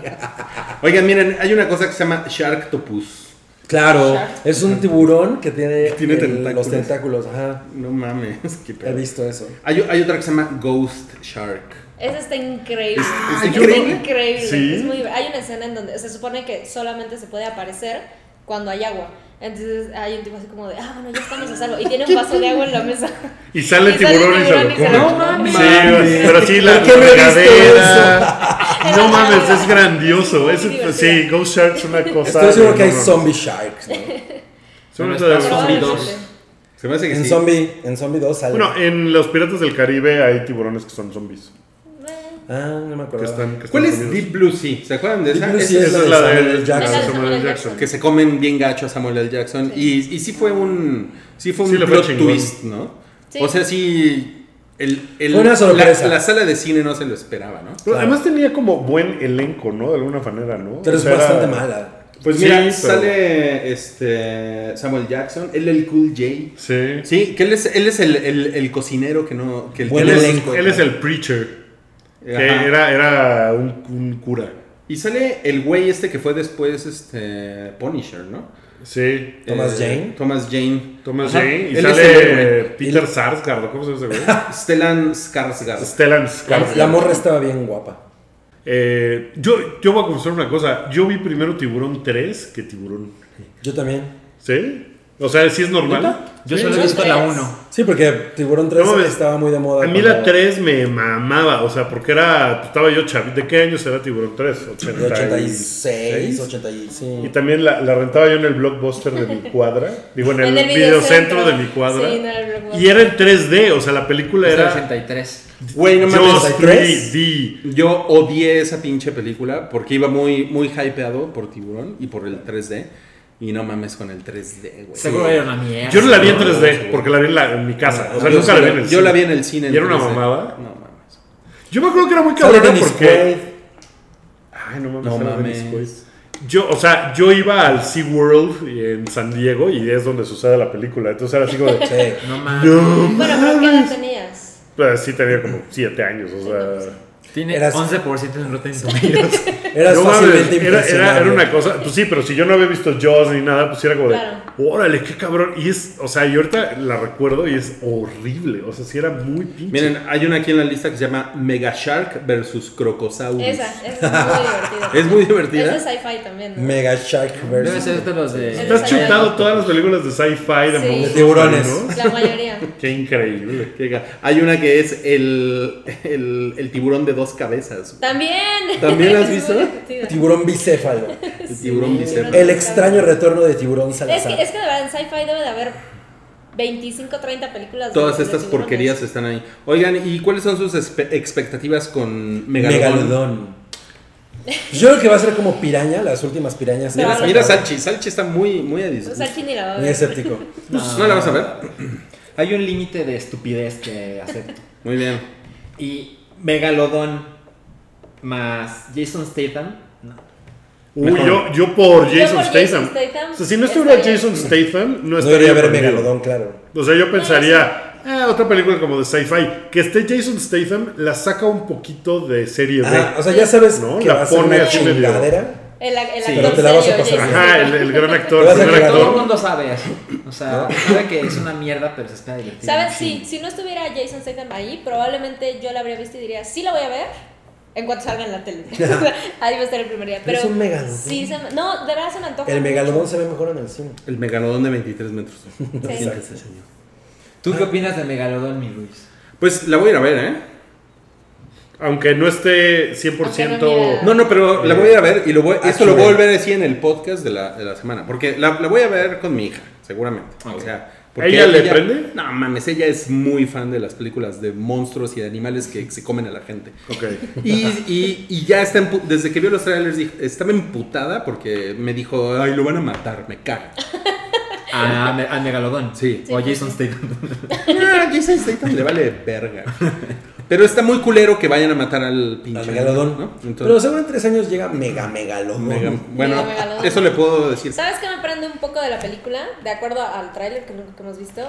Oigan, miren, hay una cosa que se llama Sharktopus. claro, es un tiburón que tiene, tiene el- tentáculos. los tentáculos. Ajá, No mames, qué he pedo. visto eso. Hay, hay otra que se llama Ghost Shark. Esa está increíble. Ah, Es- Está es increíble. increíble. Sí. Es muy- hay una escena en donde se supone que solamente se puede aparecer cuando hay agua. Entonces hay un tipo así como de, ah, bueno, ya estamos a salvo. Y tiene un vaso de agua en la mesa. Y sale el Y sale tiburón y se lo tiburón y come. se lo come. Sí, güey, pero sí, la ¿Por qué no he visto regadera. eso? No mames, es grandioso. Muy Es- divertido. sí, Ghost Shark es una cosa. Estoy seguro de- que hay no, no. zombie sharks, ¿no? Son Bueno, esas- está Zombie dos. Probablemente. Se me hace que En sí. zombie, en zombie 2 sale. Bueno, en Los Piratas del Caribe hay tiburones que son zombies. ah, no me acuerdo. Que están, que ¿Cuál están es comidos. Deep Blue Sea? ¿Se acuerdan de esa? Blue Es- Sea Esa es la de Samuel L. la de Jackson. Samuel L. Samuel L. Jackson. que se comen bien gacho a Samuel L. Jackson. Y, y sí fue un, sí fue un Sí le fue plot chingón. twist, ¿no? Sí. O sea, sí. El, el- Fue una la- sorpresa. La, sala de cine no se lo esperaba, ¿no? Pero Además tenía como buen elenco, ¿no? De alguna manera, ¿no? Pero O es sea, era- bastante mala. Pues Sí, mira, pero- sale este Samuel Jackson, él el Cool J. Sí. Sí, que él es, él es el, el- el cocinero que no. Que el Buen que Él no es, elenco. él es el preacher. Que Ajá. era, era un, un cura. Y sale el güey este que fue después este Punisher, ¿no? Eh, Sí. Thomas Jane. Thomas Jane. Thomas Ajá. Jane. Y Él es el sale héroe. Peter Sarsgaard. ¿Cómo se llama ese güey? Stellan Skarsgård. Stellan La, Skarsgård. la morra estaba bien guapa. Eh, yo, yo voy a confesar una cosa. Yo vi primero Tiburón 3 que Tiburón. Yo también. ¿Sí? O sea, sí es normal. Yo solo he visto la 1. Sí, porque Tiburón 3 No mames. estaba muy de moda. A mí la cuando- 3 me mamaba. O sea, porque era. pues, Estaba yo chavito. ¿De qué año será Tiburón 3? De 86, 85. Y también la, la rentaba yo en el blockbuster de mi cuadra. Digo, en el, En el videocentro videocentro. de mi cuadra. Sí, en el blockbuster. y era en 3D, o sea, la película Es del era 83. Güey, no mames. Just 83. 3D. Yo odié esa pinche película porque iba muy, muy hypeado por Tiburón y por el 3D. Y no mames con el 3D, güey. Seguro era una mierda. Yo no la vi en No, 3D, no, porque la vi en, la- en mi casa. O sea, Yo nunca sí la vi en el Yo cine. la vi en el cine. en ¿Y era una 3D. mamada? No mames. Yo me acuerdo que era muy Sale cabrona Dennis porque. Quaid. Ay, no mames. No era mames. Dennis Quaid. Yo, o sea, yo iba al SeaWorld en San Diego y es donde sucede la película. Entonces era así como de. Sí. No mames. No. Bueno, pero ¿qué edad tenías? Pues sí tenía como 7 años, o sea. Tiene Eras- 11% en Rotten Tomatoes. Era No mames, fácilmente era, era, era impresionable. una cosa, pues sí, pero si yo no había visto Jaws ni nada, pues era como de, Claro. órale, qué cabrón. Y es, o sea, yo ahorita la recuerdo y es horrible, o sea, sí era muy pinche. Miren, hay una aquí en la lista que se llama Mega Shark versus Crocosaurus. Esa, esa es muy divertida. Es muy Es divertida. de sci-fi también, ¿no? Mega Shark Debe versus. ser de los de. Estás te has Esa era chutado todas las películas de sci-fi de Sí. monstruos, De tiburones. ¿no? La mayoría. Qué increíble. Qué ga- Hay una que es el, el, el tiburón de dos cabezas. También. ¿También la has Es muy visto? divertida. Tiburón bicéfalo. El tiburón bicep. El extraño retorno de Tiburón Salazar. Es que, es que de verdad en sci-fi debe de haber 25, 30 películas. de- Todas de estas tiburones. porquerías están ahí. Oigan, ¿y cuáles son sus espe- expectativas con Megalodon? Megalodón. Yo creo que va a ser como piraña, las últimas pirañas. Mira, Mira Salchi, Salchi está muy, muy a O disgusto. sea, ¿quién irá a Muy ver? escéptico. Pues, ¿No la vas a ver? Hay un límite de estupidez que acepto. Muy bien. y Megalodón más Jason Statham. No. Uy, Mejor. yo, yo por Yo Jason por Statham. Jason Statham. O sea, si no estuviera Estaría- Jason Statham, no No debería estaría ¿eh? haber perdido. Megalodón, claro. O sea, yo pensaría, "Ah, otra película como de sci-fi. Que esté Jason Statham la saca un poquito de serie B. Ah, o sea, ya sabes No, que la va a ser pone una así medio. chingadera. El, el Sí. actor Pero te la vas a serio, pasar Jason Ajá, el, Statham. el gran actor, Te vas el a gran cagar. Todo el actor. mundo sabe eso. O sea, sabe que es una mierda, pero se espera divertir. ¿Sabes? Sí, si no estuviera Jason Statham ahí, probablemente yo la habría visto y diría, sí la voy a ver en cuanto salga en la tele. ahí va a estar el primer día. Pero Pero es un megalodón. Sí, se me- no, de verdad se me antoja. El mucho. megalodón se ve mejor en el cine. El megalodón de 23 metros. Exacto. ¿Tú qué opinas de Megalodón, mi Luis? Pues la voy a ir a ver, ¿eh? Aunque no esté 100%. Aunque no No, no, pero la voy a ir a ver y lo voy, Ah, esto lo Actually. voy a volver a decir en el podcast de la, de la semana. Porque la, la voy a ver con mi hija, seguramente. O sea, porque ¿Ella le prende? No, mames, ella es muy fan de las películas de monstruos y de animales que se comen a la gente. Ok. Y, y- y ya está, empu- desde que vio los trailers, dijo- estaba emputada porque me dijo, ay, lo van a matar, me caga. A, a Megalodón. Sí. Ah, O a Jason Statham. Ah, Jason Statham le vale verga. Pero está muy culero que vayan a matar al pinche. Al megalodón. ¿no? Pero Entonces, seguro en tres años llega mega megalodón. mega- bueno, Mega megalodón. eso le puedo decir. ¿Sabes qué me prende un poco de la película? De acuerdo al tráiler que, que hemos visto,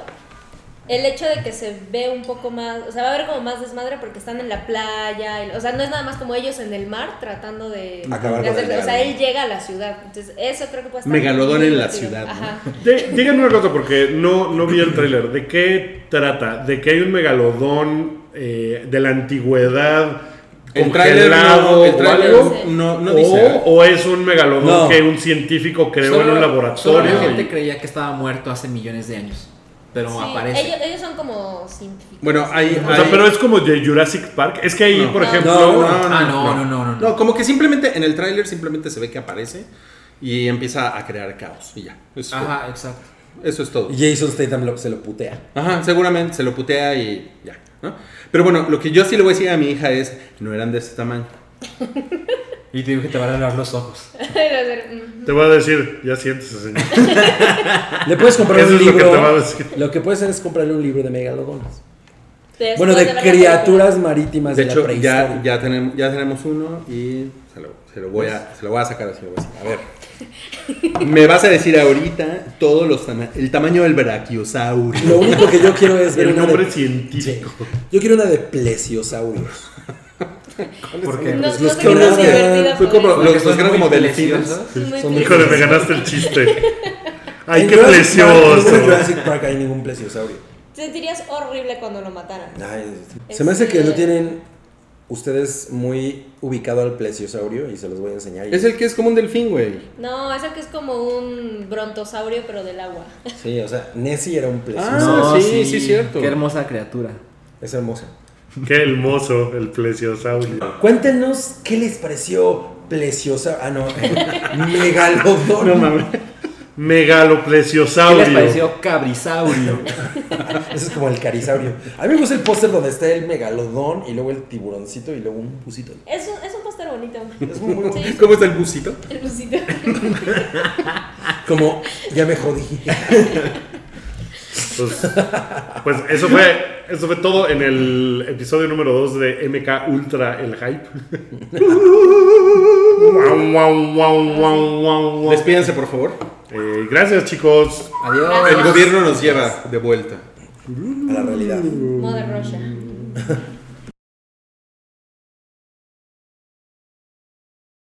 el hecho de que se ve un poco más, o sea, va a haber como más desmadre porque están en la playa, y- o sea, no es nada más como ellos en el mar tratando de... Acabar de con el hacer- o sea, megalodón. él llega a la ciudad, entonces eso creo que puede estar... Megalodón muy en la divertido. ciudad, ¿no? Ajá. De- díganme una cosa, porque no, no vi el tráiler. ¿De qué trata? ¿De que hay un megalodón eh, de la antigüedad El tráiler congelado no, el o tráiler algo? no, no o, dice. o es un megalodón No. que un científico creó en un solo la laboratorio. gente y- creía que estaba muerto hace millones de años. Pero Sí, aparece. Ellos, ellos son como científicos. Bueno, hay- O sea, pero es como de Jurassic Park. Es que ahí, por No. ejemplo, No, no, Ah, no, no, no, no. no. No, como que simplemente en el tráiler simplemente se ve que aparece y empieza a crear caos y ya. Eso, Ajá, exacto. eso es todo. Y Jason Statham lo- se lo putea. Ajá, seguramente se lo putea y ya, ¿no? Pero bueno, lo que yo sí le voy a decir a mi hija es, no eran de ese tamaño. Y te digo que te van a lavar los ojos. mm, te voy a decir, ya siéntese, señor. Le puedes comprar Eso un es lo que libro. te va a decir. Lo que puedes hacer es comprarle un libro de megalodones. Después Bueno, ver de la criaturas marítimas De de, la hecho, ya, prehistoria. ya, tenemos, ya tenemos uno y se lo, se lo voy, a, se lo voy a sacar así. lo voy a decir, A ver, me vas a decir ahorita todos los tama- el tamaño del brachiosaurio. Lo único que yo quiero es ver El una nombre de... científico. Sí. Yo quiero una de plesiosaurios. Porque No, no los sé que qué unas más que- divertido fue fue como- eso. Los- los que eran como delfines. Es muy son triste. Híjole, me ganaste el chiste. Ay, En qué Jurassic Park- En precioso. Jurassic Park hay ningún plesiosaurio. Te sentirías horrible cuando lo mataran. Ay, se me hace que no tienen ustedes muy ubicado al plesiosaurio y se los voy a enseñar. Es el que es como un delfín, güey. No, eso que es como un brontosaurio, pero del agua. Sí, o sea, Nessie era un plesiosaurio. Ah, sí, sí, cierto. Qué hermosa criatura. Es hermoso. Qué hermoso el plesiosaurio. Cuéntenos qué les pareció plesiosa. Ah, no. Megalodón. ¿Qué les Megaloplesiosaurio. pareció Cabrisaurio? Eso es como el carisaurio. A mí me gusta el póster donde está el megalodón y luego el tiburoncito y luego un pusito. Es un, es un póster bonito. Es muy, muy Sí, ¿Cómo está el busito? el busito. Como, ya me jodí. Pues, pues eso fue. Eso fue todo en el episodio número 2 de MK Ultra el Hype. Guau, guau, guau, guau, guau, guau. Despídense, por favor. Eh, gracias, chicos. Adiós. El gobierno nos lleva de vuelta. A la realidad. Mother Russia.